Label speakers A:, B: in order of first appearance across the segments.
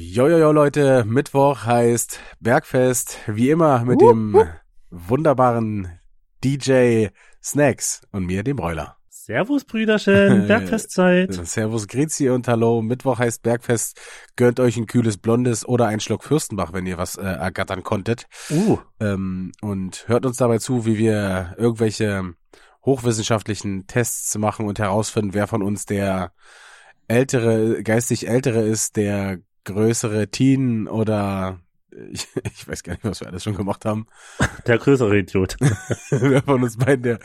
A: Jojojo Leute, Mittwoch heißt Bergfest, wie immer mit
B: Wupp,
A: dem wunderbaren DJ Snacks und mir, dem Bräuler.
B: Servus, Brüderchen, Bergfestzeit.
A: Servus, Grizi und Hallo. Mittwoch heißt Bergfest. Gönnt euch ein kühles Blondes oder einen Schluck Fürstenbach, wenn ihr was äh, ergattern konntet.
B: Uh,
A: Ähm, und hört uns dabei zu, wie wir irgendwelche hochwissenschaftlichen Tests machen und herausfinden, wer von uns der ältere, geistig ältere ist, der größere Teen oder ich, ich weiß gar nicht, was wir alles schon gemacht haben.
B: der größere Idiot.
A: Wer von uns beiden der,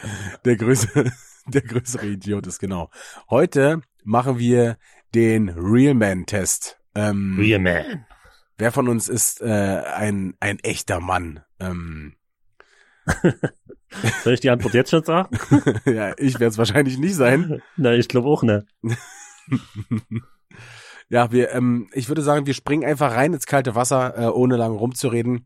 A: der, größere, der größere Idiot ist, genau. Heute machen wir den Real Man-Test. Ähm,
B: Real Man.
A: Wer von uns ist äh, ein, ein echter Mann? Ähm,
B: Soll ich die Antwort jetzt schon sagen?
A: ja, ich werde es wahrscheinlich nicht sein.
B: Na, ich glaube auch, ne?
A: Ja, wir, ähm, ich würde sagen, wir springen einfach rein ins kalte Wasser, äh, ohne lange rumzureden.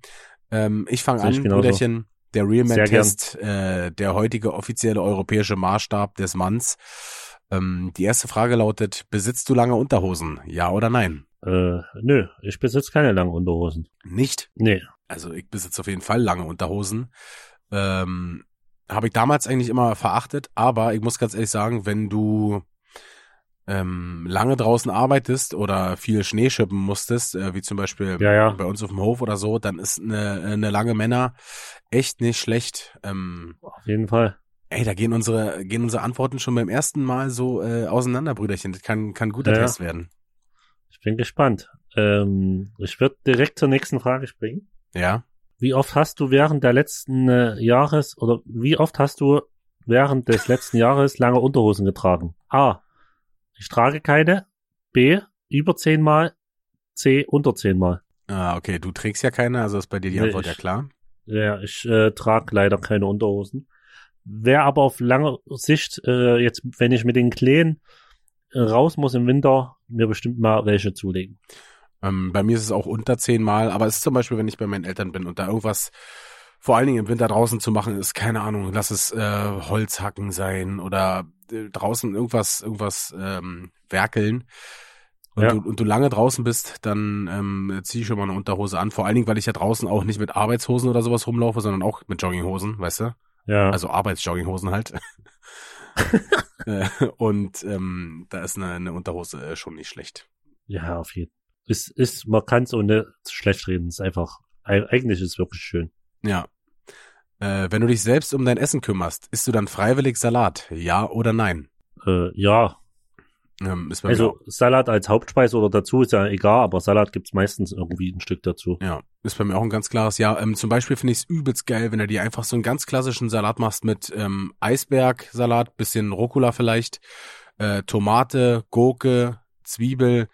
A: Ähm, ich fange
B: Sehe
A: an,
B: ich genauso.
A: Brüderchen. Der
B: Sehr gern.
A: Realman-Test, äh, der heutige offizielle europäische Maßstab des Manns. Ähm, die erste Frage lautet, besitzt du lange Unterhosen? Ja oder nein?
B: Äh, nö, ich besitze keine langen Unterhosen.
A: Nicht.
B: Nee.
A: Also ich besitze auf jeden Fall lange Unterhosen. Ähm, Habe ich damals eigentlich immer verachtet, aber ich muss ganz ehrlich sagen, wenn du ähm, lange draußen arbeitest oder viel Schnee schippen musstest, äh, wie zum Beispiel
B: Ja, ja.
A: bei uns auf dem Hof oder so, dann ist eine, eine lange Männer echt nicht schlecht. Ähm,
B: Auf jeden Fall.
A: ey, da gehen unsere, gehen unsere Antworten schon beim ersten Mal so äh, auseinander, Brüderchen. Das kann, kann ein guter
B: Ja, ja.
A: Test werden.
B: Ich bin gespannt. Ähm, ich würde direkt zur nächsten Frage springen.
A: Ja.
B: Wie oft hast du während der letzten äh, Jahres oder wie oft hast du während des letzten Jahres lange Unterhosen getragen? A. Ich trage keine. B. Über zehnmal. C. Unter zehnmal.
A: Ah, okay, du trägst ja keine, also ist bei dir die
B: Nee,
A: Antwort ja
B: ich-
A: klar.
B: Ja, ich äh, trage leider keine Unterhosen. Wäre aber auf lange Sicht, äh, jetzt, wenn ich mit den Kleen äh, raus muss im Winter, mir bestimmt mal welche zulegen.
A: Ähm, bei mir ist es auch unter zehn Mal, aber es ist zum Beispiel, wenn ich bei meinen Eltern bin und da irgendwas vor allen Dingen im Winter draußen zu machen ist, keine Ahnung, lass es äh, Holzhacken sein oder äh, draußen irgendwas, irgendwas ähm, werkeln. Und,
B: Ja.
A: du, und du lange draußen bist, dann ähm, zieh ich schon mal eine Unterhose an. Vor allen Dingen, weil ich ja draußen auch nicht mit Arbeitshosen oder sowas rumlaufe, sondern auch mit Jogginghosen, weißt du?
B: Ja,
A: Also Arbeitsjogginghosen halt. Äh, und ähm, da ist eine, eine Unterhose äh, schon nicht schlecht.
B: ja auf jeden Fall. Es ist, man kann es ohne schlecht reden. Es ist einfach, ei- eigentlich ist es wirklich schön.
A: Ja. Äh, wenn du dich selbst um dein Essen kümmerst, isst du dann freiwillig Salat? Ja oder nein?
B: Äh, ja,
A: Ähm, ist bei mir
B: also Salat als Hauptspeise oder dazu ist ja egal, aber Salat gibt's meistens irgendwie ein Stück dazu.
A: Ja, ist bei mir auch ein ganz klares Ja. Ähm, zum Beispiel finde ich es übelst geil, wenn du dir einfach so einen ganz klassischen Salat machst mit ähm, Eisbergsalat, bisschen Rucola vielleicht, äh, Tomate, Gurke, Zwiebel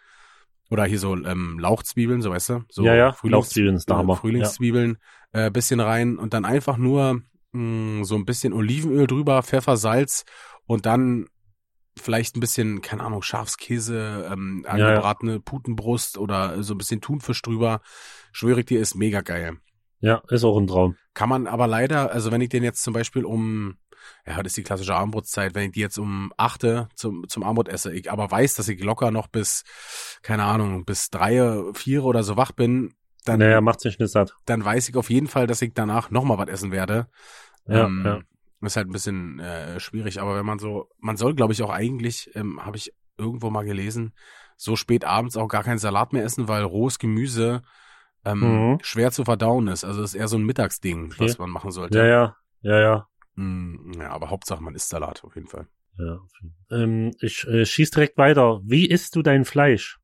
A: oder hier so ähm, Lauchzwiebeln, so weißt du? So
B: ja, ja,
A: Frühlings
B: Lauchzwiebeln ist der Hammer. Ja.
A: Frühlingszwiebeln, äh, bisschen rein und dann einfach nur mh, so ein bisschen Olivenöl drüber, Pfeffer, Salz und dann vielleicht ein bisschen, keine Ahnung, Schafskäse, ähm,
B: ja.
A: angebratene Putenbrust oder so ein bisschen Thunfisch drüber. Schwöre ich dir, ist mega geil.
B: ja, ist auch ein Traum.
A: Kann man aber leider, also wenn ich den jetzt zum Beispiel um, ja, heute ist die klassische Armbrustzeit, wenn ich die jetzt um 8 zum, zum Armbrot esse, ich aber weiß, dass ich locker noch bis, keine Ahnung, bis 3, 4 oder so wach bin, dann
B: naja, macht's nicht satt.
A: dann weiß ich auf jeden Fall, dass ich danach nochmal was essen werde.
B: Ja,
A: ähm,
B: ja.
A: Ist halt ein bisschen äh, schwierig, aber wenn man so, man soll, glaube ich, auch eigentlich, ähm, habe ich irgendwo mal gelesen, so spät abends auch gar keinen Salat mehr essen, weil rohes Gemüse ähm,
B: Mhm.
A: schwer zu verdauen ist. Also ist eher so ein Mittagsding,
B: Okay.
A: was man machen sollte.
B: Ja, ja, ja, ja.
A: Mm, ja, aber Hauptsache man isst Salat auf jeden Fall.
B: Ja. auf jeden Fall. Ähm, ich äh, schieß direkt weiter. Wie isst du dein Fleisch?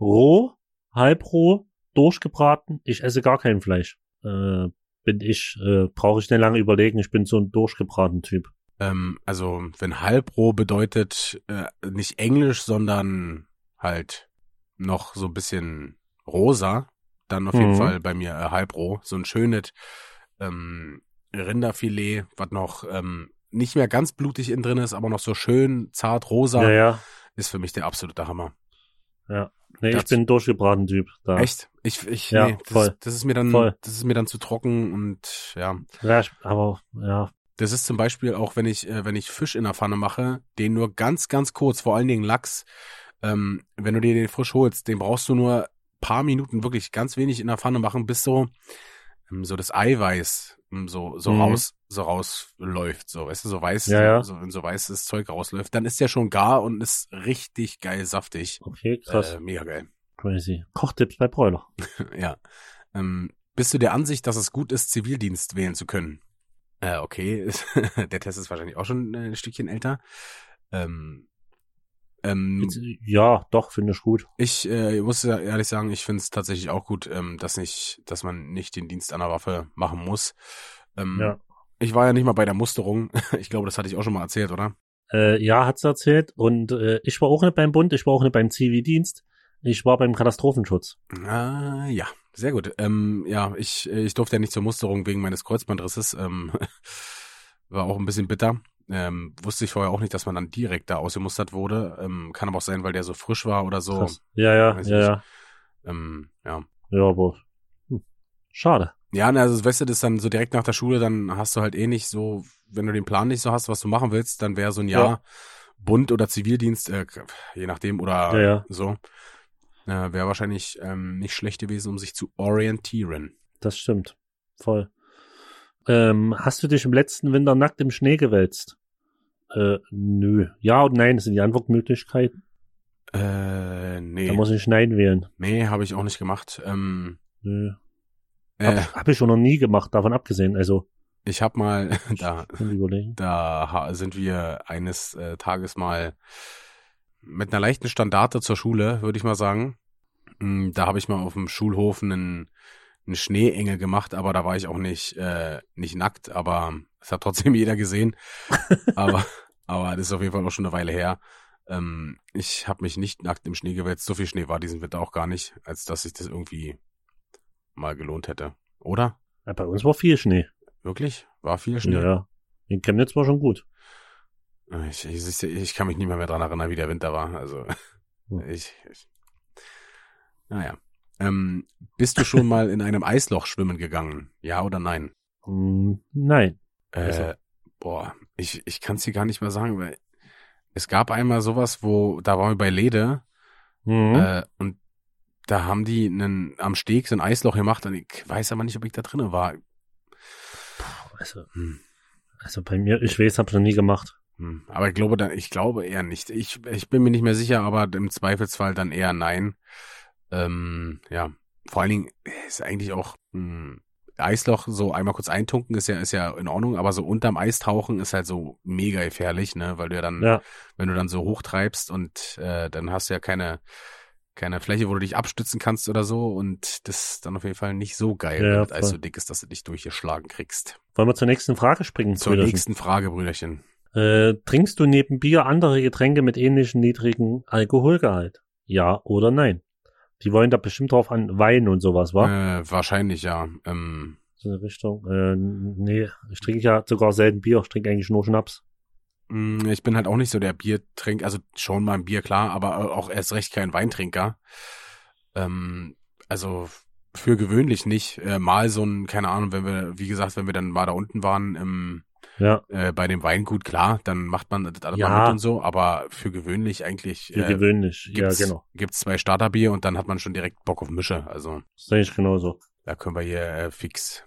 B: Roh, halbroh, durchgebraten? Ich esse gar kein Fleisch. Äh, bin ich, äh, brauche ich nicht lange überlegen. Ich bin so ein durchgebraten Typ.
A: Ähm, also wenn halbroh bedeutet äh, nicht englisch, sondern halt noch so ein bisschen rosa, dann auf jeden
B: Mhm.
A: Fall bei mir äh, halbroh. So ein schönes ähm, Rinderfilet, was noch ähm, nicht mehr ganz blutig innen drin ist, aber noch so schön zart rosa,
B: Ja, ja.
A: ist für mich der absolute Hammer.
B: Nee, ich
A: Das-
B: bin durchgebraten Typ. Da.
A: Echt? Ich, ich,
B: Ja,
A: nee, das,
B: voll.
A: Ist, das ist mir dann,
B: Voll.
A: das ist mir dann zu trocken und ja.
B: Ja, ich, aber ja,
A: Das ist zum Beispiel auch, wenn ich, äh, wenn ich Fisch in der Pfanne mache, den nur ganz, ganz kurz, vor allen Dingen Lachs, ähm, wenn du dir den frisch holst, den brauchst du nur paar Minuten wirklich ganz wenig in der Pfanne machen, bis so ähm, so das Eiweiß ähm, so so
B: Mhm.
A: raus so rausläuft, so weißt du, so weiß
B: Ja, ja.
A: so wenn so weißes Zeug rausläuft, dann ist der schon gar und ist richtig geil saftig.
B: Okay, krass.
A: Äh, mega geil.
B: Crazy. Kochtipps bei Bräuler.
A: Ja. Ähm, bist du der Ansicht, dass es gut ist, Zivildienst wählen zu können? Äh, okay, der Test ist wahrscheinlich auch schon äh, ein Stückchen älter. Ähm, ähm,
B: Jetzt, ja, doch, finde ich gut.
A: ich äh, muss ja ehrlich sagen, ich finde es tatsächlich auch gut, ähm, dass nicht, dass man nicht den Dienst an der Waffe machen muss. Ähm,
B: Ja.
A: Ich war ja nicht mal bei der Musterung. Ich glaube, das hatte ich auch schon mal erzählt, oder?
B: Äh, ja, hat's erzählt. Und äh, ich war auch nicht beim Bund, ich war auch nicht beim Zivildienst. Ich war beim Katastrophenschutz.
A: Ah, ja, sehr gut. Ähm, ja, ich, ich durfte ja nicht zur Musterung wegen meines Kreuzbandrisses. Ähm, war auch ein bisschen bitter. Ähm, wusste ich vorher auch nicht, dass man dann direkt da ausgemustert wurde. Ähm, kann aber auch sein, weil der so frisch war oder so.
B: Krass. Ja, ja,
A: Weiß
B: ja,
A: ich.
B: ja.
A: Ähm, ja.
B: Ja, aber hm. schade.
A: Ja, na, also weißt du, das ist dann so direkt nach der Schule, dann hast du halt eh nicht so, wenn du den Plan nicht so hast, was du machen willst, dann wäre so ein Jahr Bund oder Zivildienst, äh, je nachdem, oder
B: Ja, ja,
A: so, äh, wäre wahrscheinlich ähm, nicht schlecht gewesen, um sich zu orientieren.
B: das stimmt. Voll. Ähm, hast du dich im letzten Winter nackt im Schnee gewälzt? Äh, nö. Ja und nein, das sind die Antwortmöglichkeiten.
A: Äh,
B: Da
A: nee.
B: muss ich Nein wählen.
A: Nee, habe ich auch nicht gemacht. Ähm,
B: Nö.
A: äh,
B: Hab, hab ich schon noch nie gemacht, davon abgesehen. Also,
A: ich habe mal, da,
B: ich kann überlegen.
A: da ha- sind wir eines äh, Tages mal mit einer leichten Standarte zur Schule, würde ich mal sagen. Mm, Da habe ich mal auf dem Schulhof einen, einen Schneeengel gemacht, aber da war ich auch nicht, äh, nicht nackt, aber es hat trotzdem jeder gesehen. aber, aber das ist auf jeden Fall auch schon eine Weile her. Ähm, ich habe mich nicht nackt im Schnee gewälzt. So viel Schnee war diesen Winter auch gar nicht, als dass sich das irgendwie mal gelohnt hätte. Oder?
B: Ja, bei uns war viel Schnee.
A: Wirklich? War viel Schnee?
B: Ja, ja. In Chemnitz war schon gut.
A: Ich, ich, ich, ich kann mich nicht mehr, mehr dran erinnern, wie der Winter war. Also
B: Hm.
A: ich, ich naja. Ähm, bist du schon mal in einem Eisloch schwimmen gegangen? Ja oder nein?
B: Hm, nein.
A: Äh,
B: Also-
A: boah, ich, ich kann es dir gar nicht mehr sagen, weil es gab einmal sowas, wo, da waren wir bei Lede
B: Mhm.
A: äh, und da haben die einen, am Steg so ein Eisloch gemacht und ich weiß aber nicht, ob ich da drinne war.
B: also,
A: Hm.
B: also bei mir, ich weiß, hab's noch nie gemacht.
A: Hm, Aber ich glaube, dann, ich glaube eher nicht. Ich, ich bin mir nicht mehr sicher, aber im Zweifelsfall dann eher nein. Ähm, ja, vor allen Dingen äh, ist eigentlich auch hm, Eisloch so einmal kurz eintunken ist ja ist ja in Ordnung, aber so unterm Eis tauchen ist halt so mega gefährlich, ne, weil du ja dann,
B: Ja.
A: wenn du dann so hochtreibst und äh, dann hast du ja keine keine Fläche, wo du dich abstützen kannst oder so und das ist dann auf jeden Fall nicht so geil,
B: Ja,
A: wenn das Eis
B: voll.
A: so dick ist, dass du dich durchgeschlagen kriegst.
B: Wollen wir zur nächsten Frage springen,
A: Zur
B: Brüderchen?
A: nächsten Frage, Brüderchen.
B: Äh, trinkst du neben Bier andere Getränke mit ähnlichem niedrigen Alkoholgehalt? Ja oder nein? Die wollen da bestimmt drauf an Wein und sowas, wa?
A: Äh, wahrscheinlich ja. Ähm,
B: So eine Richtung. Äh, nee, ich trinke ja sogar selten Bier, ich trinke eigentlich nur Schnaps.
A: Mm, Ich bin halt auch nicht so der Biertrink, also schon mal ein Bier, klar, aber auch erst recht kein Weintrinker. Ähm, also für gewöhnlich nicht. Äh, mal so ein, keine Ahnung, wenn wir, wie gesagt, wenn wir dann mal da unten waren im,
B: Ja,
A: äh, bei dem Weingut, klar, dann macht man das alles mal
B: Ja.
A: mit und so, aber für gewöhnlich eigentlich
B: wie
A: äh,
B: gewöhnlich. Ja,
A: gibt's,
B: genau.
A: gibt's zwei Starterbier und dann hat man schon direkt Bock auf Mische. Also
B: Sehe ich genauso.
A: da können wir hier äh, fix,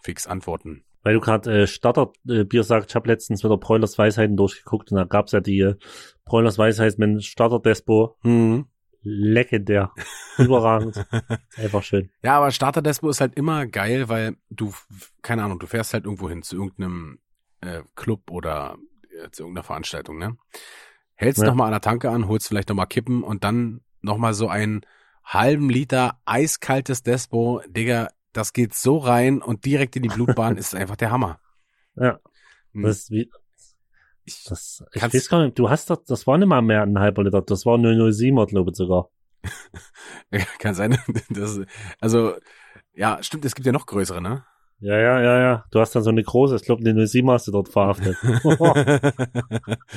A: fix antworten.
B: Weil du gerade äh, Starterbier sagst, ich habe letztens wieder Broilers Weisheiten durchgeguckt und da gab's ja die äh, Broilers Weisheiten mit dem Starter-Despo.
A: Mhm.
B: Legendär. Überragend. Einfach schön.
A: Ja, aber Starter-Despo ist halt immer geil, weil du, f- keine Ahnung, du fährst halt irgendwo hin zu irgendeinem äh, Club oder äh, zu irgendeiner Veranstaltung, ne? Hältst
B: Ja.
A: noch nochmal an der Tanke an, holst vielleicht nochmal Kippen und dann nochmal so einen halben Liter eiskaltes Despo. Digga, das geht so rein und direkt in die Blutbahn ist einfach der Hammer.
B: Ja.
A: Hm.
B: Das ist wie,
A: Ich,
B: Das, ich
A: Kannst-
B: weiß gar nicht, du hast doch, das war nicht mal mehr ein halber Liter, das war 007er, glaube ich sogar.
A: kann sein, das, also, ja, stimmt, es gibt ja noch größere, ne?
B: Ja, ja, ja, ja. Du hast dann so eine große, ich glaube, eine 07er hast du dort verhaftet.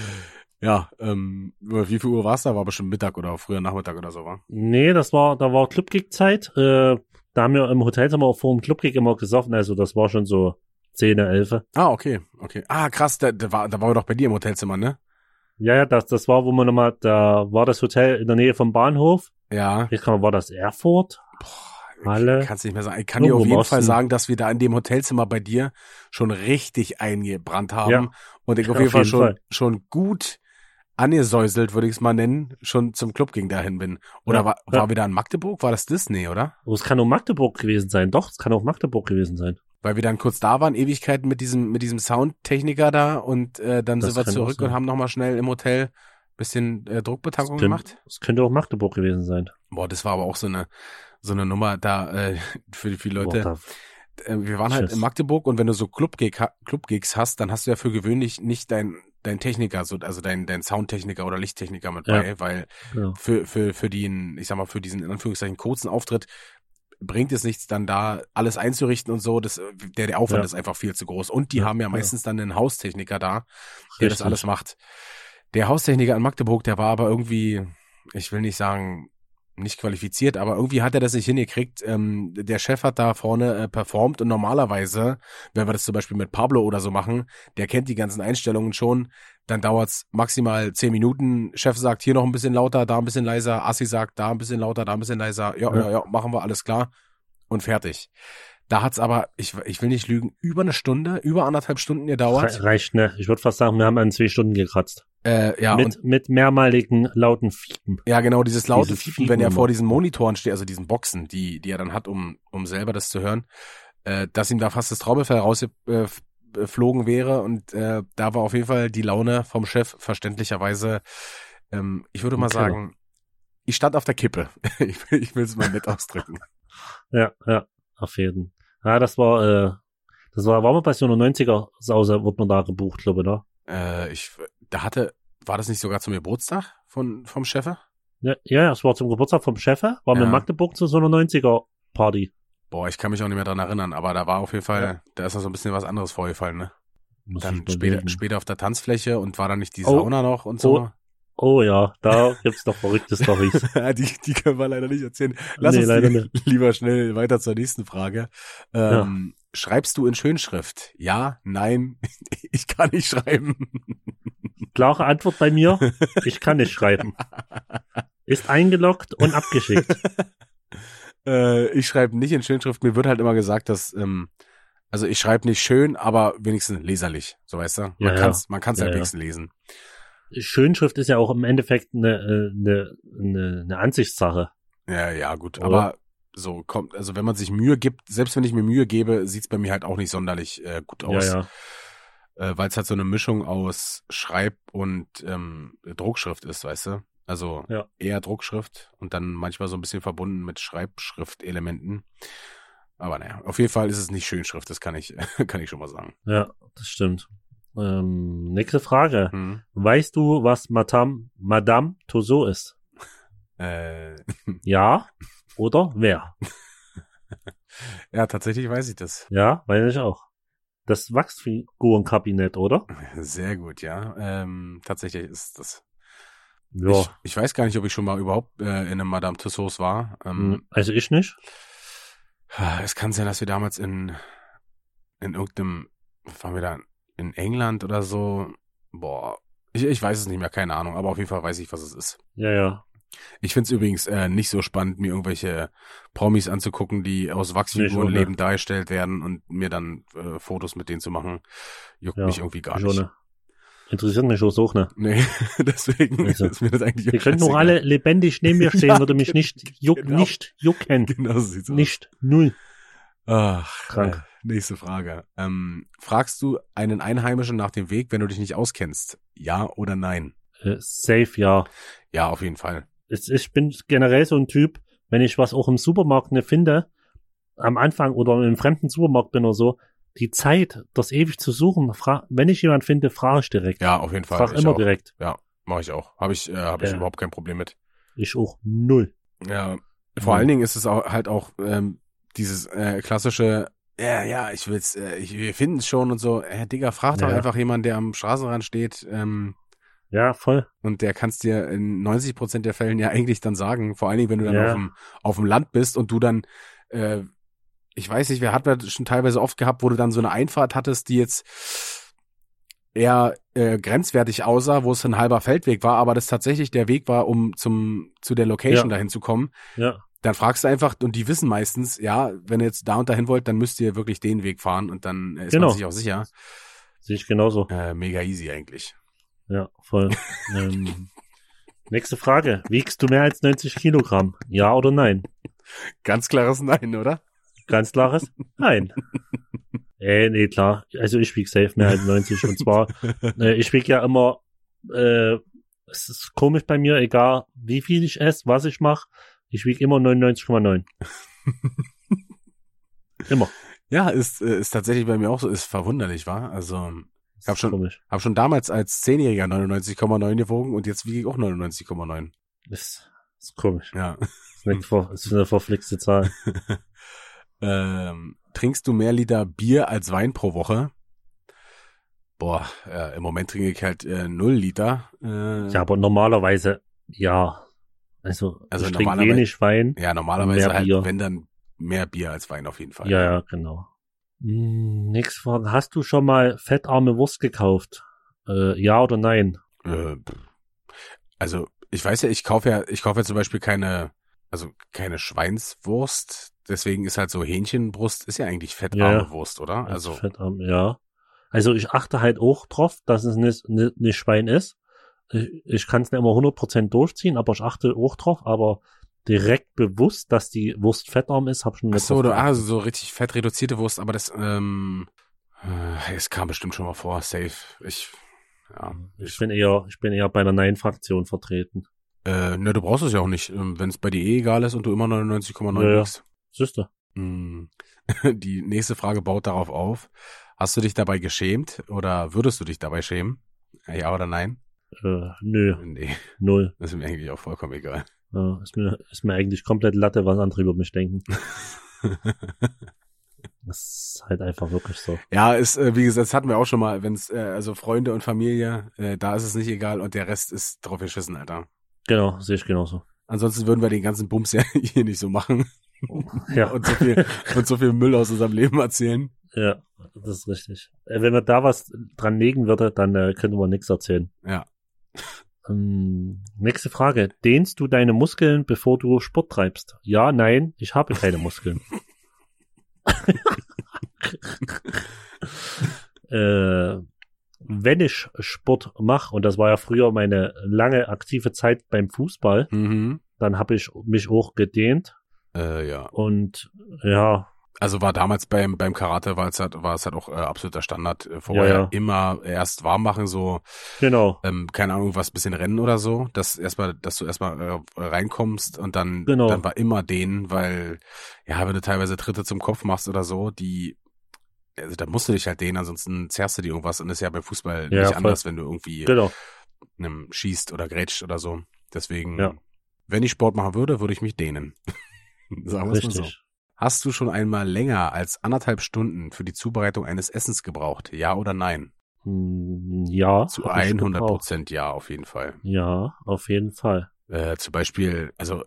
A: ja, ähm, wie viel Uhr war es da? War bestimmt Mittag oder früher Nachmittag oder so, war?
B: nee, das war, da war Clubkick-Zeit. Äh, da haben wir im Hotelzimmer auch vor dem Clubkick immer gesoffen, also das war schon so 10, 11.
A: Ah, okay, okay. Ah, krass, da, da, war, da waren wir doch bei dir im Hotelzimmer, ne?
B: Ja, ja, das, das war, wo man nochmal, da war das Hotel in der Nähe vom Bahnhof
A: Ja.
B: Wie kann- war das Erfurt? Halle?
A: Kannst nicht mehr sagen. Ich kann dir
B: Irgendwo
A: auf
B: im
A: jeden
B: Osten.
A: Fall sagen, dass wir da in dem Hotelzimmer bei dir schon richtig eingebrannt haben.
B: Ja.
A: Und ich auf jeden Fall schon, schon gut angesäuselt, würde ich es mal nennen, schon zum Club ging dahin bin. Oder
B: Ja.
A: war,
B: Ja.
A: war wieder in Magdeburg? War das Disney, oder?
B: Oh, es kann auch Magdeburg gewesen sein. Doch, es kann auch Magdeburg gewesen sein.
A: Weil wir dann kurz da waren, Ewigkeiten mit diesem, mit diesem Soundtechniker da und äh, dann
B: Das
A: sind wir
B: kann auch
A: zurück
B: sein.
A: und haben nochmal schnell im Hotel bisschen äh,
B: Es
A: Druckbetankung
B: könnte,
A: gemacht.
B: es könnte auch Magdeburg gewesen sein.
A: Boah, das war aber auch so eine, so eine Nummer da äh, für die
B: Boah,
A: Leute.
B: da-
A: äh, wir waren halt
B: Tschüss.
A: in Magdeburg und wenn du so Club-Gig ha- Club-Gigs hast, dann hast du ja für gewöhnlich nicht dein dein Techniker, so, also dein, dein Soundtechniker oder Lichttechniker mit
B: Ja.
A: bei, weil
B: ja.
A: für, für, für den, ich sag mal, für diesen in Anführungszeichen kurzen Auftritt bringt es nichts, dann da alles einzurichten und so. Das, äh, der, der Aufwand
B: Ja.
A: ist einfach viel zu groß. Und die
B: Ja,
A: haben ja
B: ja.
A: meistens dann einen Haustechniker da, der das
B: Richtig.
A: alles macht. Der Haustechniker in Magdeburg, der war aber irgendwie, ich will nicht sagen, nicht qualifiziert, aber irgendwie hat er das nicht hingekriegt. Ähm, der Chef hat da vorne äh, performt und normalerweise, wenn wir das zum Beispiel mit Pablo oder so machen, der kennt die ganzen Einstellungen schon, dann dauert's maximal zehn Minuten. Chef sagt hier noch ein bisschen lauter, da ein bisschen leiser, Assi sagt da ein bisschen lauter, da ein bisschen leiser, ja,
B: Ja.
A: ja, ja, machen wir alles klar und fertig. Da hat's aber, ich, ich will nicht lügen, über eine Stunde, über anderthalb Stunden gedauert.
B: Re reicht, ne? Ich würde fast sagen, wir haben an zwei Stunden gekratzt.
A: Äh, ja, und
B: mit, mit mehrmaligen lauten Fiepen.
A: Ja, genau, dieses laute
B: Dieses
A: Fiepen, wenn er
B: Fiepen
A: vor
B: immer.
A: diesen Monitoren steht, also diesen Boxen, die, die er dann hat, um, um selber das zu hören, äh, dass ihm da fast das Trommelfell äh, rausgeflogen wäre und äh, da war auf jeden Fall die Laune vom Chef verständlicherweise, ähm, ich würde
B: Im
A: mal
B: Keller.
A: sagen, ich stand auf der Kippe. ich will- ich will es mal nett ausdrücken.
B: Ja, ja, auf jeden. Ja, das war, äh, das war, war man bei so einer 90er-Sause, wurde man da gebucht, glaube ich, ne?
A: äh, ich, da hatte, war das nicht sogar zum Geburtstag von, vom Chef?
B: Ja, ja, es war zum Geburtstag vom Chef, war wir
A: Ja.
B: in Magdeburg zu so einer 90er-Party.
A: Boah, ich kann mich auch nicht mehr dran erinnern, aber da war auf jeden Fall, da ist noch so ein bisschen was anderes vorgefallen, ne?
B: Muss ich
A: Dann
B: mal
A: später,
B: legen.
A: später auf der Tanzfläche und war da nicht die
B: Oh.
A: Sauna noch und so.
B: Oh ja, da gibt's noch verrückte Storys.
A: die, die können wir leider nicht erzählen. Lass
B: Nee,
A: uns
B: leider
A: li- lieber schnell weiter zur nächsten Frage. Ähm, Schreibst du in Schönschrift? Ja, nein, ich kann nicht schreiben.
B: Klare Antwort bei mir, ich kann nicht schreiben. Ist eingeloggt und abgeschickt.
A: Äh, ich schreibe nicht in Schönschrift. Mir wird halt immer gesagt, dass, ähm, also ich schreibe nicht schön, aber wenigstens leserlich. So weißt du? Man
B: Ja, ja.
A: kann's, man kann's
B: Ja,
A: halt
B: ja.
A: wenigstens lesen.
B: Schönschrift ist ja auch im Endeffekt eine, äh, eine, eine, eine Ansichtssache.
A: Ja, ja, gut.
B: Oder?
A: Aber so kommt, also wenn man sich Mühe gibt, selbst wenn ich mir Mühe gebe, sieht's bei mir halt auch nicht sonderlich äh, gut
B: Ja,
A: aus.
B: ja.
A: äh, weil es halt so eine Mischung aus Schreib- und ähm, Druckschrift ist, weißt du? Also
B: Ja.
A: eher Druckschrift und dann manchmal so ein bisschen verbunden mit Schreibschriftelementen. Aber naja, auf jeden Fall ist es nicht Schönschrift, das kann ich, kann ich schon mal sagen.
B: Ja, das stimmt. Ähm, nächste Frage.
A: Hm.
B: Weißt du, was Madame, Madame Tussaud ist?
A: Äh,
B: Ja oder wer?
A: ja, tatsächlich weiß ich das.
B: Ja, weiß ich auch. Das Wachsfigurenkabinett, oder?
A: Sehr gut, ja. Ähm, tatsächlich ist das.
B: Ja.
A: Ich, ich weiß gar nicht, ob ich schon mal überhaupt äh, in einem Madame Tussauds war. Ähm,
B: Hm, Also ich nicht.
A: Ah, Es kann sein, dass wir damals in, in irgendeinem, waren wir da in England oder so? Boah, ich, ich weiß es nicht mehr, keine Ahnung, aber auf jeden Fall weiß ich, was es ist.
B: Ja, ja.
A: Ich find's übrigens äh, nicht so spannend, mir irgendwelche Promis anzugucken, die aus Wachsfiguren
B: Nicht, oder?
A: lebend dargestellt werden und mir dann äh, Fotos mit denen zu machen. Juckt
B: Ja,
A: mich irgendwie gar
B: ich
A: nicht.
B: auch nicht. Interessiert mich auch ne?
A: Nee, deswegen
B: Also,
A: ist mir das eigentlich
B: Wir
A: auch
B: könnten auch
A: scheißegal.
B: alle lebendig neben mir stehen,
A: Ja,
B: würde mich nicht, juck,
A: genau.
B: nicht jucken.
A: Genau so sieht's aus.
B: Nicht. Null.
A: Ach,
B: Krank.
A: äh, nächste Frage. Ähm, fragst du einen Einheimischen nach dem Weg, wenn du dich nicht auskennst? Ja oder nein?
B: Äh, safe, ja.
A: Ja, auf jeden Fall.
B: Es, ich bin generell so ein Typ, wenn ich was auch im Supermarkt ne finde, am Anfang oder im fremden Supermarkt bin oder so, die Zeit, das ewig zu suchen, fra wenn ich jemand finde, frage ich direkt.
A: Ja, auf jeden Fall.
B: frage immer
A: auch.
B: direkt.
A: Mach ich auch. Habe ich, äh, hab ich
B: Ja.
A: überhaupt kein Problem mit.
B: Ich auch null.
A: Ja. Vor
B: Mhm.
A: allen Dingen ist es auch, halt auch ähm, dieses äh, klassische, ja, ja, ich will's, äh, ich, wir finden's schon und so. Herr Digga, frag doch
B: Ja.
A: einfach jemanden, der am Straßenrand steht ähm,
B: Ja, voll.
A: und der kann's dir in 90 Prozent der Fällen ja eigentlich dann sagen. Vor allen Dingen, wenn du dann
B: Ja.
A: auf, dem, auf dem Land bist und du dann, äh, ich weiß nicht, wer hat das schon teilweise oft gehabt, wo du dann so eine Einfahrt hattest, die jetzt eher äh, grenzwertig aussah, wo es ein halber Feldweg war, aber das tatsächlich der Weg war, um zum zu der Location
B: Ja.
A: dahin zu kommen,
B: Ja.
A: dann fragst du einfach und die wissen meistens, ja, wenn ihr jetzt da und dahin wollt, dann müsst ihr wirklich den Weg fahren und dann äh, ist
B: Genau.
A: man sich auch sicher.
B: Sehe ich genauso.
A: Äh, mega easy eigentlich.
B: Ja, voll. ähm, nächste Frage. Wiegst du mehr als 90 Kilogramm? Ja oder nein?
A: Ganz klares Nein, oder?
B: Ganz klares Nein. Äh, nee, klar. Also ich wiege safe mehr als 90. Und zwar, äh, ich wiege ja immer, äh, es ist komisch bei mir, egal wie viel ich esse, was ich mache, ich wiege immer 99,9. immer.
A: Ja, ist, äh, ist tatsächlich bei mir auch so, ist verwunderlich, war. Also,
B: Das
A: Hab
B: ist
A: schon-
B: Komisch.
A: habe schon damals als Zehnjähriger 99,9 gewogen und jetzt wiege ich auch 99,9.
B: Ist, ist komisch.
A: Ja.
B: Ist, eine, ver- ist eine verflixte Zahl.
A: Ähm, trinkst du mehr Liter Bier als Wein pro Woche? Boah, äh, im Moment trinke ich halt äh, 0 Liter. Äh,
B: Ja, aber normalerweise, ja. Also,
A: Also
B: ich trinke
A: normalerweise-
B: wenig Wein.
A: ja, normalerweise
B: Mehr
A: halt,
B: Bier.
A: wenn dann mehr Bier als Wein auf jeden Fall.
B: Ja, ja, genau. Hm, nächste Frage. Hast du schon mal fettarme Wurst gekauft? Äh, ja oder nein?
A: Äh, also ich weiß ja, ich kaufe ja, ich kaufe ja zum Beispiel keine, also keine Schweinswurst. Deswegen ist halt so Hähnchenbrust ist ja eigentlich fettarme
B: Ja.
A: Wurst, oder? Also
B: fettarm, ja. Also ich achte halt auch drauf, dass es nicht, nicht, nicht Schwein ist. Ich, ich kann es nicht immer 100% durchziehen, aber ich achte auch drauf, aber direkt bewusst, dass die Wurst fettarm ist, habe ich schon
A: Ach
B: nicht
A: so,
B: drauf
A: du,
B: geachtet.
A: ah, so richtig fett reduzierte Wurst, aber das, ähm, äh, es kam bestimmt schon mal vor, safe. Ich, ja,
B: ich
A: ich,
B: bin eher, ich bin eher bei der Nein-Fraktion vertreten.
A: äh, ne, du brauchst es ja auch nicht, wenn es bei dir eh egal ist und du immer 99,9
B: Ja, ja.
A: kriegst.
B: Siehst du?
A: Mm. Die nächste Frage baut darauf auf. Hast du dich dabei geschämt oder würdest du dich dabei schämen? Ja oder nein?
B: Äh, nö,
A: Nee,
B: null.
A: das ist mir eigentlich auch vollkommen egal.
B: Äh, ist, mir, ist mir eigentlich komplett Latte, was andere über mich denken. Das ist halt einfach wirklich so.
A: ja, ist, äh, wie gesagt, das hatten wir auch schon mal, wenn es, äh, also Freunde und Familie, äh, da ist es nicht egal und der Rest ist drauf geschissen, Alter.
B: Genau, sehe ich genauso.
A: Ansonsten würden wir den ganzen Bums ja hier nicht so machen
B: Ja,
A: und so viel, und so viel Müll aus unserem Leben erzählen.
B: ja das ist richtig. Äh, Wenn man da was dran legen würde, dann äh, könnte man nichts erzählen.
A: Ja.
B: Ähm, nächste Frage. Dehnst du deine Muskeln, bevor du Sport treibst? Ja, nein, ich habe keine Muskeln. äh, wenn ich Sport mache, und das war ja früher meine lange aktive Zeit beim Fußball,
A: Mhm.
B: dann habe ich mich auch gedehnt
A: Äh, ja.
B: und ja,
A: Also war damals beim, beim Karate, war es halt, war es halt auch äh, absoluter Standard. äh, Vorher
B: Ja, ja.
A: immer erst warm machen, so,
B: Genau,
A: ähm, keine Ahnung, was bisschen rennen oder so, dass erstmal, dass du erstmal äh, reinkommst und dann,
B: Genau.
A: dann war immer den, weil, ja, wenn du teilweise Tritte zum Kopf machst oder so, die, also da musst du dich halt dehnen, ansonsten zerrst du dir irgendwas und ist ja beim Fußball
B: Ja,
A: nicht
B: voll.
A: anders, wenn du irgendwie
B: genau.
A: einem schießt oder grätscht oder so. Deswegen,
B: Ja.
A: wenn ich Sport machen würde, würde ich mich dehnen. Sagen wir es mal so.
B: Richtig.
A: Hast du schon einmal länger als anderthalb Stunden für die Zubereitung eines Essens gebraucht? Ja oder nein?
B: Hm, Ja.
A: Zu
B: hab ich
A: 100
B: gebraucht.
A: Prozent ja, auf jeden Fall.
B: Ja, auf jeden Fall.
A: Äh, zum Beispiel, also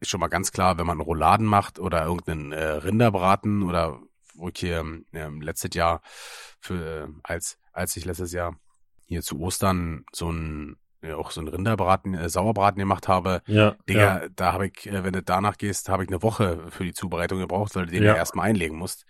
A: ist schon mal ganz klar, wenn man Rouladen macht oder irgendeinen äh, Rinderbraten oder wo ich hier ähm, letztes Jahr für äh, als als ich letztes Jahr hier zu Ostern so ein ja, auch so ein Rinderbraten, äh, Sauerbraten gemacht habe,
B: Ja, ja,
A: Digga, da habe ich, äh, wenn du danach gehst, habe ich eine Woche für die Zubereitung gebraucht, weil du den ja,
B: Ja.
A: erstmal einlegen musst.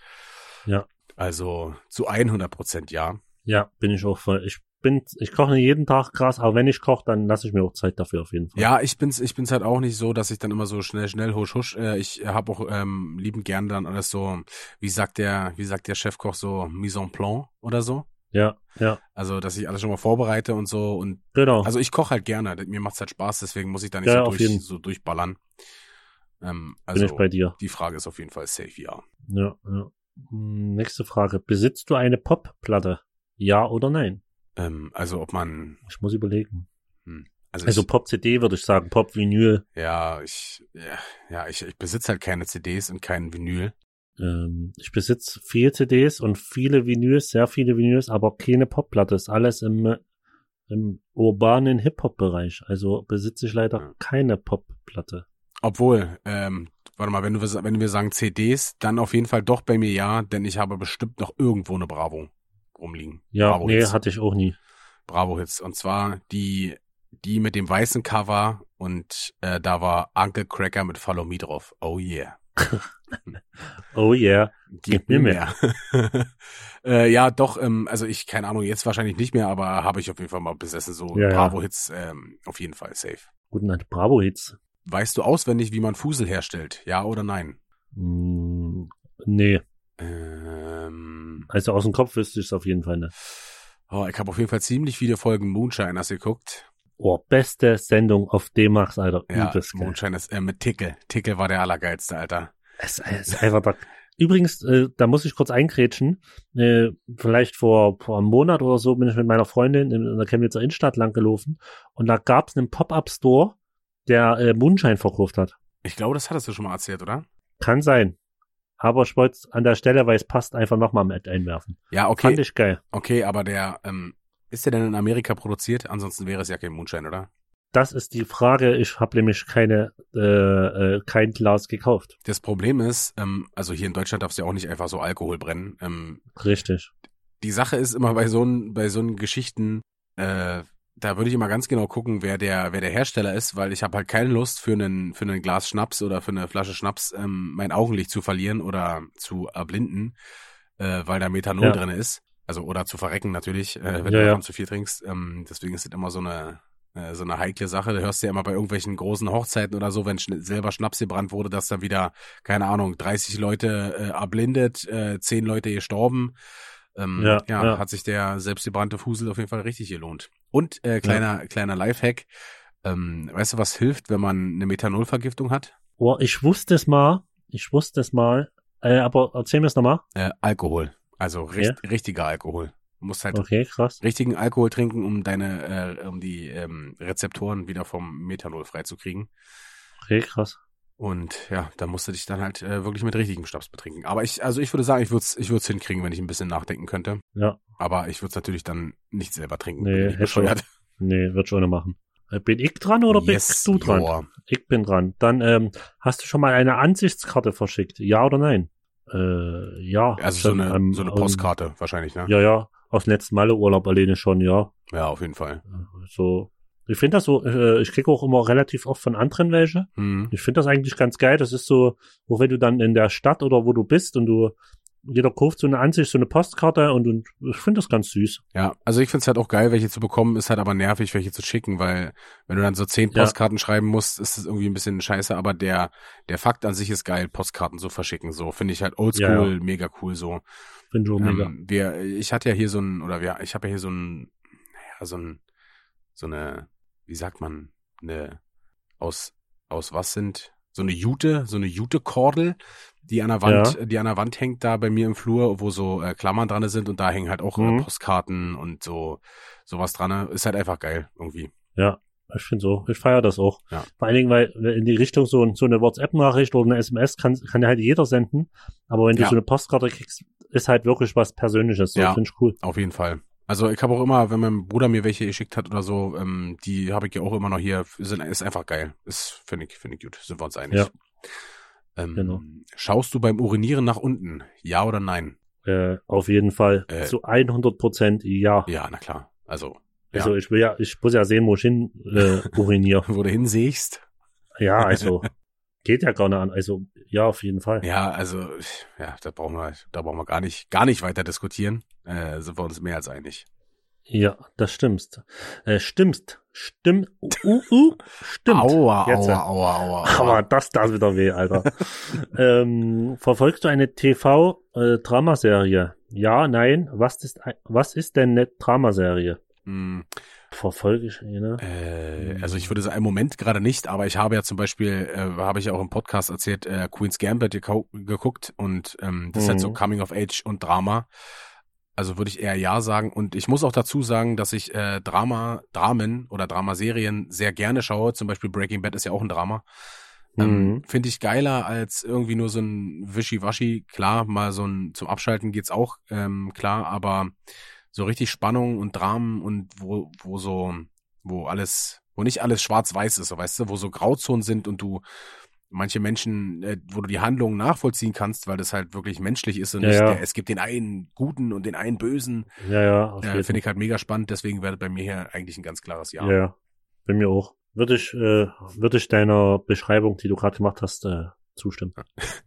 B: Ja.
A: Also zu 100 Prozent ja.
B: ja, bin ich auch voll. Ich bin, ich koche nicht jeden Tag Gras, aber wenn ich koche, dann lasse ich mir auch Zeit dafür auf jeden Fall.
A: Ja, ich bin's, ich bin's halt auch nicht so, dass ich dann immer so schnell, schnell, husch, husch. Äh, ich habe auch ähm, liebend gern dann alles so, wie sagt der, wie sagt der Chefkoch so, mise en plan oder so.
B: Ja, ja,
A: Also, dass ich alles schon mal vorbereite und so. Und
B: genau.
A: also ich koche halt gerne. Mir macht's halt Spaß, deswegen muss ich da nicht
B: Ja,
A: so,
B: auf jeden.
A: durch, so durchballern. Ähm,
B: bin ich
A: also
B: bei dir.
A: die Frage ist auf jeden Fall safe, ja.
B: Ja, ja. Hm, Nächste Frage. Besitzt du eine Popplatte? Ja oder nein?
A: Ähm, also ob man
B: Ich muss überlegen.
A: also,
B: Also
A: ich,
B: Pop-CD würde ich sagen, Pop-Vinyl.
A: Ja, ich, ja, ja ich, ich besitze halt keine CDs und kein Vinyl.
B: Ähm, ich besitze vier CDs und viele Vinyls, sehr viele Vinyls, aber keine Popplatte. Ist alles im, äh, im urbanen Hip-Hop-Bereich. Also besitze ich leider
A: Ja.
B: keine Popplatte.
A: Obwohl, ähm, warte mal, wenn, du, wenn wir sagen CDs, dann auf jeden Fall doch bei mir ja, denn ich habe bestimmt noch irgendwo eine Bravo rumliegen.
B: Ja,
A: Bravo
B: nee,
A: Hits.
B: hatte ich auch nie.
A: Bravo-Hits. Und zwar die, die mit dem weißen Cover und äh, da war Uncle Cracker mit Follow Me drauf. Oh yeah.
B: Oh yeah.
A: Gib mir mehr. äh, ja, doch, ähm, also ich, keine Ahnung, jetzt wahrscheinlich nicht mehr, aber habe ich auf jeden Fall mal besessen. So
B: Ja, ja.
A: Bravo-Hits, ähm, auf jeden Fall safe.
B: Guten Nacht, Bravo-Hits.
A: Weißt du auswendig, wie man Fusel herstellt? Ja oder nein?
B: Hm, nee,
A: Ähm,
B: also aus dem Kopf wüsste ich es auf jeden Fall nicht.
A: oh, ich habe auf jeden Fall ziemlich viele Folgen Moonshiners geguckt.
B: Oh, beste Sendung auf D-Max, Alter.
A: Ja,
B: Übelst geil.
A: Moonshine ist äh, mit Tickel. Tickel war der allergeilste, Alter.
B: Es, es ist einfach da. Übrigens, äh, da muss ich kurz eingrätschen. Äh, vielleicht vor, vor einem Monat oder so bin ich mit meiner Freundin in, in der Chemnitzer Innenstadt langgelaufen und da gab es einen Pop-Up-Store, der äh, Mondschein verkauft hat.
A: Ich glaube, das hattest du schon mal erzählt, oder?
B: Kann sein. Aber ich wollte an der Stelle, weil es passt, einfach nochmal mit einwerfen.
A: Ja,
B: Fand
A: okay.
B: ich geil.
A: Okay, aber der, ähm, ist der denn in Amerika produziert? Ansonsten wäre es ja kein Moonshine, oder?
B: Das ist die Frage. Ich habe nämlich keine, äh, äh, kein Glas gekauft.
A: Das Problem ist, ähm, also hier in Deutschland darfst du ja auch nicht einfach so Alkohol brennen. Ähm,
B: Richtig.
A: die Sache ist immer bei so bei so Geschichten, äh, da würde ich immer ganz genau gucken, wer der, wer der Hersteller ist, weil ich habe halt keine Lust für einen für einen Glas Schnaps oder für eine Flasche Schnaps ähm, mein Augenlicht zu verlieren oder zu erblinden, äh, weil da Methanol
B: Ja.
A: drin ist. Also oder zu verrecken natürlich, äh, wenn
B: Ja,
A: du
B: ja.
A: davon zu viel trinkst. Ähm, deswegen ist das immer so eine äh, so eine heikle Sache. Da hörst du ja immer bei irgendwelchen großen Hochzeiten oder so, wenn schn selber Schnaps gebrannt wurde, dass dann wieder keine Ahnung, 30 Leute äh, erblindet, äh, 10 Leute gestorben. Ähm, ja, ja,
B: Ja, ja.
A: hat sich der selbstgebrannte Fusel auf jeden Fall richtig gelohnt. Und äh, kleiner, kleiner Lifehack. Ähm, weißt du, was hilft, wenn man eine Methanolvergiftung hat?
B: Oh, ich wusste es mal. Ich wusste es mal. Äh, aber erzähl mir es nochmal.
A: Äh, Alkohol. Also richt, richtiger Alkohol. Du musst halt
B: Okay, krass.
A: richtigen Alkohol trinken, um deine, äh, um die ähm, Rezeptoren wieder vom Methanol freizukriegen.
B: Okay, krass.
A: Und ja, da musst du dich dann halt äh, wirklich mit richtigem Schnaps betrinken. Aber ich, also ich würde sagen, ich würde es ich würd's hinkriegen, wenn ich ein bisschen nachdenken könnte.
B: Ja.
A: Aber ich würde es natürlich dann nicht selber trinken.
B: Nee,
A: bin ich
B: hätte
A: bescheuert.
B: Nee, wird schon einer machen. Äh, Bin ich dran oder
A: yes,
B: bist du dran?
A: Joa.
B: Ich bin dran. Dann ähm, hast du schon mal eine Ansichtskarte verschickt. Ja oder nein? Äh, ja.
A: Also so
B: Schon
A: eine,
B: am-
A: so eine
B: am-
A: Postkarte wahrscheinlich, ne?
B: ähm, Ja, ja. Aus dem letzten Malle Urlaub alleine schon, ja.
A: Ja, auf jeden Fall.
B: So. Ich finde das so, äh, ich kriege auch immer relativ oft von anderen welche.
A: Hm.
B: Ich finde das eigentlich ganz geil. Das ist so, auch wenn du dann in der Stadt oder wo du bist und du, jeder kauft so eine Ansicht, so eine Postkarte und, und ich finde das ganz süß.
A: Ja, also ich find's halt auch geil, welche zu bekommen, ist halt aber nervig, welche zu schicken, weil wenn du dann so zehn
B: Ja.
A: Postkarten schreiben musst, ist es irgendwie ein bisschen scheiße, aber der, der Fakt an sich ist geil, Postkarten zu verschicken, so finde ich halt oldschool,
B: Ja,
A: mega cool so.
B: Finde ich auch mega.
A: Ähm, wir, ich hatte ja hier so ein, oder wir, ich habe ja hier so ein, naja, so ein, so eine, wie sagt man, eine, aus, aus was sind, so eine Jute, so eine Jute-Kordel, die an der Wand, die an der Wand hängt da bei mir im Flur, wo so äh, Klammern dran sind und da hängen halt auch
B: Mhm.
A: äh, Postkarten und so, sowas dran. Ist halt einfach geil, irgendwie.
B: Ich finde so, ich feiere das auch.
A: Ja.
B: Vor allen Dingen, weil äh, in die Richtung so, so eine WhatsApp-Nachricht oder eine SMS kann, kann ja halt jeder senden. Aber wenn du
A: Ja.
B: so eine Postkarte kriegst, ist halt wirklich was Persönliches. So,
A: Ja.
B: ja. Finde ich cool.
A: Auf jeden Fall. Also ich habe auch immer, wenn mein Bruder mir welche geschickt hat oder so, ähm, die habe ich ja auch immer noch hier. Sind, ist einfach geil. Ist finde ich, finde ich gut. Sind wir uns einig.
B: Ja.
A: Ähm,
B: Genau.
A: Schaust du beim Urinieren nach unten? Ja oder nein?
B: Äh, auf jeden Fall.
A: Äh.
B: Zu 100 Prozent ja.
A: Ja, na klar. Also
B: Also ich will ja, ich muss ja sehen, wo ich hin äh, uriniere.
A: wo du hinsiehst.
B: ja, also geht ja gar nicht an. Also ja, auf jeden Fall.
A: Ja, also ja, da brauchen wir, da brauchen wir gar nicht, gar nicht weiter diskutieren. Äh, sind wir uns mehr als einig.
B: Ja, das stimmst. Äh, stimmst. Stimm. Uh, uh, uh, stimmt.
A: Aua,
B: Jetzt,
A: aua, aua, aua, aua.
B: Aber das tat wieder weh, Alter. ähm, verfolgst du eine TV-Dramaserie? ja, nein. Was ist, ein- was ist denn eine Dramaserie?
A: Hm.
B: Verfolge ich eine?
A: Äh,
B: Hm.
A: also ich würde sagen, im Moment gerade nicht, aber ich habe ja zum Beispiel, äh, habe ich ja auch im Podcast erzählt, äh, Queen's Gambit gekau- geguckt und ähm, das ist halt so
B: Mhm.
A: Coming of Age und Drama. Also würde ich eher ja sagen. Und ich muss auch dazu sagen, dass ich äh, Drama, Dramen oder Dramaserien sehr gerne schaue. Zum Beispiel Breaking Bad ist ja auch ein Drama. Ähm,
B: Mhm.
A: Finde ich geiler als irgendwie nur so ein Wischiwaschi. Klar, mal so ein zum Abschalten geht's auch, ähm, klar, aber so richtig Spannung und Dramen und wo, wo so, wo alles, wo nicht alles schwarz-weiß ist, so weißt du, wo so Grauzonen sind und du manche Menschen, äh, wo du die Handlungen nachvollziehen kannst, weil das halt wirklich menschlich ist und
B: Ja,
A: nicht
B: ja.
A: Der, es gibt den einen Guten und den einen Bösen.
B: Ja, ja, auf
A: Äh,
B: jeden
A: Finde ich halt mega spannend, deswegen wäre bei mir hier eigentlich ein ganz klares Ja.
B: Ja, ja. Bei mir auch. Würde ich, äh, würde ich deiner Beschreibung, die du gerade gemacht hast, äh, zustimmen.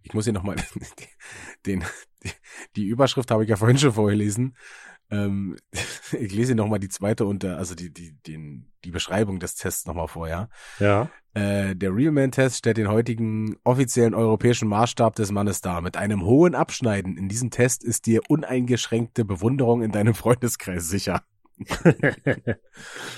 A: Ich muss hier nochmal den, die, die Überschrift habe ich ja vorhin schon vorgelesen. Ähm, ich lese hier nochmal die zweite unter, also die, die, den, die Beschreibung des Tests nochmal vor, ja.
B: Ja.
A: Äh, der Realman-Test stellt den heutigen offiziellen europäischen Maßstab des Mannes dar. Mit einem hohen Abschneiden in diesem Test ist dir uneingeschränkte Bewunderung in deinem Freundeskreis sicher.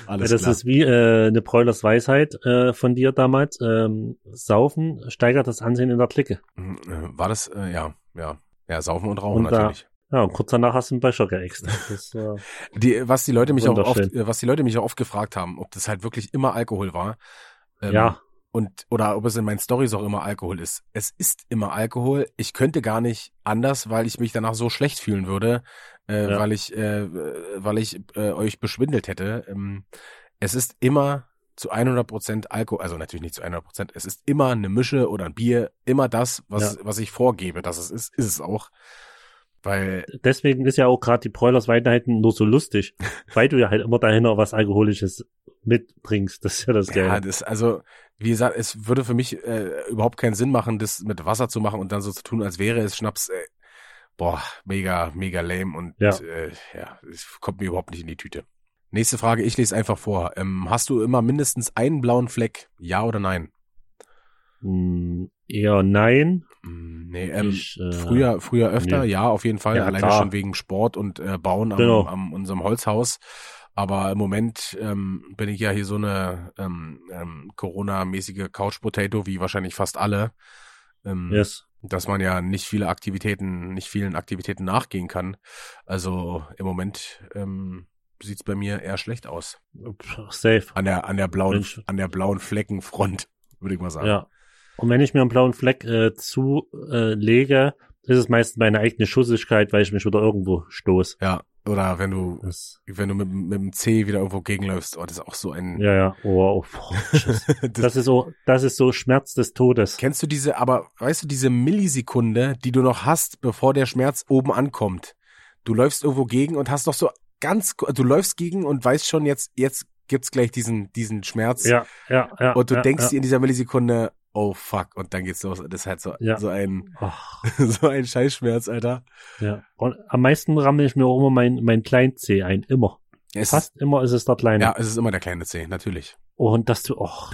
A: Alles
B: das
A: klar.
B: ist wie äh, eine Preulers Weisheit äh, von dir damals. Ähm, Saufen steigert das Ansehen in der Clique.
A: Hm, äh, War das, äh, ja, ja. Ja, saufen und rauchen
B: Und da-
A: natürlich.
B: Ja, und kurz danach hast du einen Becher geäxt. Das ist, äh,
A: Die, was die Leute mich auch oft,
B: Wunderschön.
A: äh, was die Leute mich auch oft gefragt haben, ob das halt wirklich immer Alkohol war. Ähm,
B: ja,
A: Und, oder ob es in meinen Stories auch immer Alkohol ist. Es ist immer Alkohol. Ich könnte gar nicht anders, weil ich mich danach so schlecht fühlen würde, äh,
B: Ja.
A: weil ich, äh, weil ich äh, euch beschwindelt hätte. Ähm, es ist immer zu 100% Alkohol, also natürlich nicht zu 100%, es ist immer eine Mische oder ein Bier, immer das, was, was ich vorgebe, dass es ist, ist es auch. Weil
B: deswegen ist ja auch gerade die Preulers Weisheiten nur so lustig, weil du ja halt immer dahinter was Alkoholisches mittrinkst. Das ist ja das
A: Ja,
B: Geile.
A: das, also, wie gesagt, es würde für mich äh, überhaupt keinen Sinn machen, das mit Wasser zu machen und dann so zu tun, als wäre es Schnaps. Äh, boah, mega, mega lame und
B: Ja.
A: Äh, ja, es kommt mir überhaupt nicht in die Tüte. Nächste Frage, ich lese einfach vor. Ähm, hast du immer mindestens einen blauen Fleck? Ja oder nein?
B: Hm, eher nein.
A: Hm, Nee, ähm,
B: Ich, äh,
A: früher, früher öfter,
B: nee.
A: ja, auf jeden Fall.
B: Ja,
A: Alleine
B: klar.
A: schon wegen Sport und äh, Bauen am,
B: Genau.
A: am unserem Holzhaus. Aber im Moment ähm, bin ich ja hier so eine ähm, ähm, Corona-mäßige Couch-Potato, wie wahrscheinlich fast alle. Ähm,
B: Yes.
A: Dass man ja nicht viele Aktivitäten, nicht vielen Aktivitäten nachgehen kann. Also im Moment ähm, sieht's bei mir eher schlecht aus.
B: Pff, Safe.
A: An der, an der blauen,
B: Mensch.
A: an der blauen Fleckenfront, würde ich mal sagen.
B: Ja. Und wenn ich mir einen blauen Fleck äh, zulege, äh, lege, ist es meistens meine eigene Schussigkeit, weil ich mich wieder irgendwo stoße.
A: ja. Oder wenn du
B: Das,
A: wenn du mit, mit dem C wieder irgendwo gegenläufst, oh, das ist auch so ein.
B: ja, ja. Oh, oh, boah.
A: das,
B: Das ist so, das ist so Schmerz des Todes.
A: kennst du diese, aber weißt du, diese Millisekunde, die du noch hast, bevor der Schmerz oben ankommt? Du läufst irgendwo gegen und hast noch so ganz, also du läufst gegen und weißt schon, jetzt, jetzt gibt's gleich diesen, diesen Schmerz.
B: Ja, ja, ja.
A: und du
B: ja,
A: denkst
B: ja.
A: dir in dieser Millisekunde, oh fuck, und dann geht's los. Das ist halt so,
B: Ja.
A: so ein,
B: Ach,
A: so ein Scheißschmerz, Alter.
B: ja. Und am meisten rammel ich mir auch immer mein, mein Kleinzeh ein. Immer.
A: Es,
B: Fast immer ist es der Kleine.
A: ja, es ist immer der kleine C, natürlich.
B: Und dass du, och.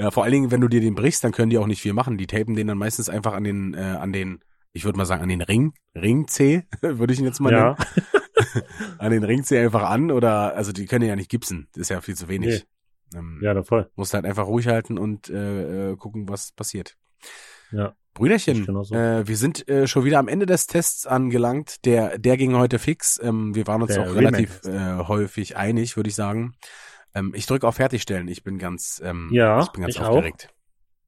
A: Ja, vor allen Dingen, wenn du dir den brichst, dann können die auch nicht viel machen. Die tapen den dann meistens einfach an den, äh, an den, ich würde mal sagen, an den Ring, Ring C, würde ich ihn jetzt mal
B: ja,
A: nennen. An Ah, den Ring C einfach an oder, also die können ja nicht gipsen, das ist ja viel zu wenig. Ähm,
B: ja, da voll.
A: Musst halt einfach ruhig halten und äh, äh, gucken, was passiert.
B: Ja.
A: Brüderchen,
B: Ich genauso.
A: äh, wir sind äh, schon wieder am Ende des Tests angelangt. Der, der ging heute fix. Ähm, wir waren uns
B: Der
A: auch
B: Riemann
A: relativ äh, häufig einig, würde ich sagen. Ähm, ich drücke auf Fertigstellen. Ich bin ganz, ähm,
B: Ja,
A: ich bin ganz
B: ich auch.
A: aufgeregt.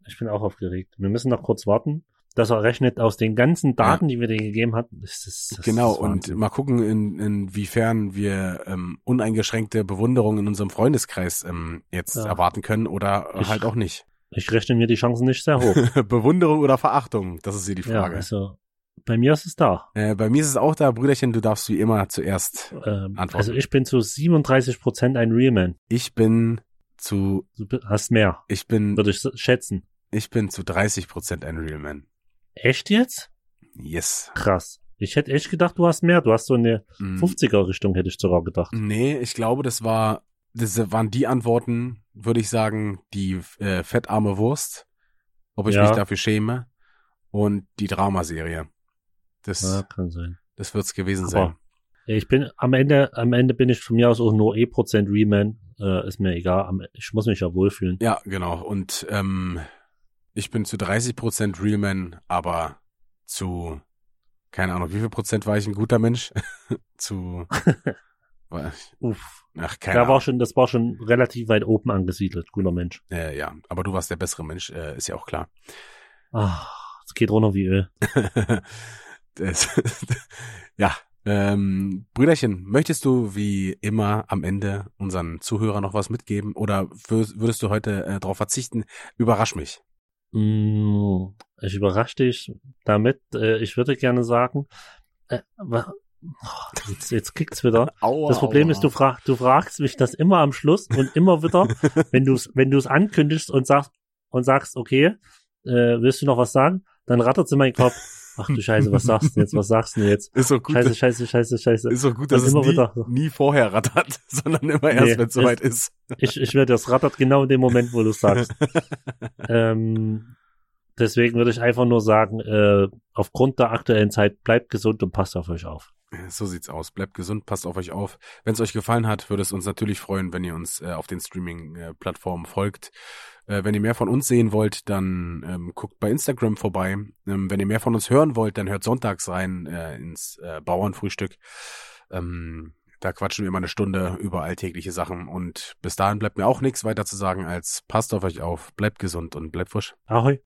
B: Ich bin auch aufgeregt. Wir müssen noch kurz warten, dass er rechnet aus den ganzen Daten, die wir dir gegeben hatten. Das ist, das
A: Genau,
B: ist
A: und
B: Wahnsinn.
A: mal gucken, in, inwiefern wir ähm, uneingeschränkte Bewunderung in unserem Freundeskreis ähm, jetzt
B: Ja.
A: erwarten können oder
B: Ich-
A: halt auch nicht.
B: ich rechne mir die Chancen nicht sehr hoch.
A: Bewunderung oder Verachtung, das ist hier die
B: ja,
A: Frage.
B: also bei mir ist es da.
A: äh, bei mir ist es auch da, Brüderchen, du darfst wie immer zuerst.
B: Ähm,
A: Antworten.
B: also ich bin zu 37 Prozent ein Realman.
A: Ich bin zu,
B: Du bi- hast mehr,
A: ich bin,
B: würde ich s- schätzen.
A: ich bin zu 30 Prozent ein Real Man.
B: Echt jetzt?
A: Yes.
B: Krass. Ich hätte echt gedacht, du hast mehr. Du hast so eine
A: Mm.
B: 50er-Richtung, hätte ich sogar gedacht.
A: Nee, ich glaube, das war, das waren die Antworten, würde ich sagen, die äh, fettarme Wurst, ob ich
B: Ja.
A: mich dafür schäme, und die Dramaserie. Das,
B: Ja, kann sein.
A: das wird's gewesen
B: Aber-
A: sein.
B: Ich bin am Ende, am Ende bin ich von mir aus auch nur E Prozent Realman. Äh, ist mir egal. Am- Ich muss mich ja wohlfühlen.
A: Ja, genau. Und ähm, ich bin zu 30 Prozent Realman, aber zu, keine Ahnung, wie viel Prozent war ich ein guter Mensch? zu, war ich,
B: Uff.
A: ach, keine
B: Da
A: Ahnung.
B: war schon, das war schon relativ weit oben angesiedelt, guter Mensch.
A: Äh, ja, aber du warst der bessere Mensch, äh, ist ja auch klar.
B: Ah, es geht runter wie Öl.
A: das, ja, Ähm, Brüderchen, möchtest du wie immer am Ende unseren Zuhörern noch was mitgeben oder würdest, würdest du heute äh, darauf verzichten? Überrasch mich.
B: Mm, Ich überrasche dich damit. Äh, Ich würde gerne sagen, äh, wa- oh, jetzt, jetzt kickt's wieder.
A: Aua,
B: Das Problem ist, du, frag, du fragst mich das immer am Schluss und immer wieder, wenn du es wenn du's ankündigst und sagst, und sagst, okay, äh, willst du noch was sagen? Dann rattert's in meinen Kopf. Ach du Scheiße, was sagst du denn jetzt? Was sagst du denn jetzt?
A: ist so gut,
B: Scheiße, scheiße, scheiße, scheiße.
A: ist so gut, dass
B: Und
A: es
B: immer
A: nie,
B: wieder so.
A: nie vorher rattert, sondern immer erst,
B: Nee,
A: wenn es soweit ist.
B: Ich, ich werde das rattert genau in dem Moment, wo du es sagst. ähm, deswegen würde ich einfach nur sagen, äh, aufgrund der aktuellen Zeit, bleibt gesund und passt auf euch auf.
A: So sieht's aus. Bleibt gesund, passt auf euch auf. Wenn es euch gefallen hat, würde es uns natürlich freuen, wenn ihr uns äh, auf den Streaming-Plattformen folgt. Äh, wenn ihr mehr von uns sehen wollt, dann ähm, guckt bei Instagram vorbei. Ähm, wenn ihr mehr von uns hören wollt, dann hört sonntags rein äh, ins äh, Bauernfrühstück. Ähm, da quatschen wir immer eine Stunde über alltägliche Sachen. Und bis dahin bleibt mir auch nichts weiter zu sagen als passt auf euch auf, bleibt gesund und bleibt frisch.
B: Ahoi.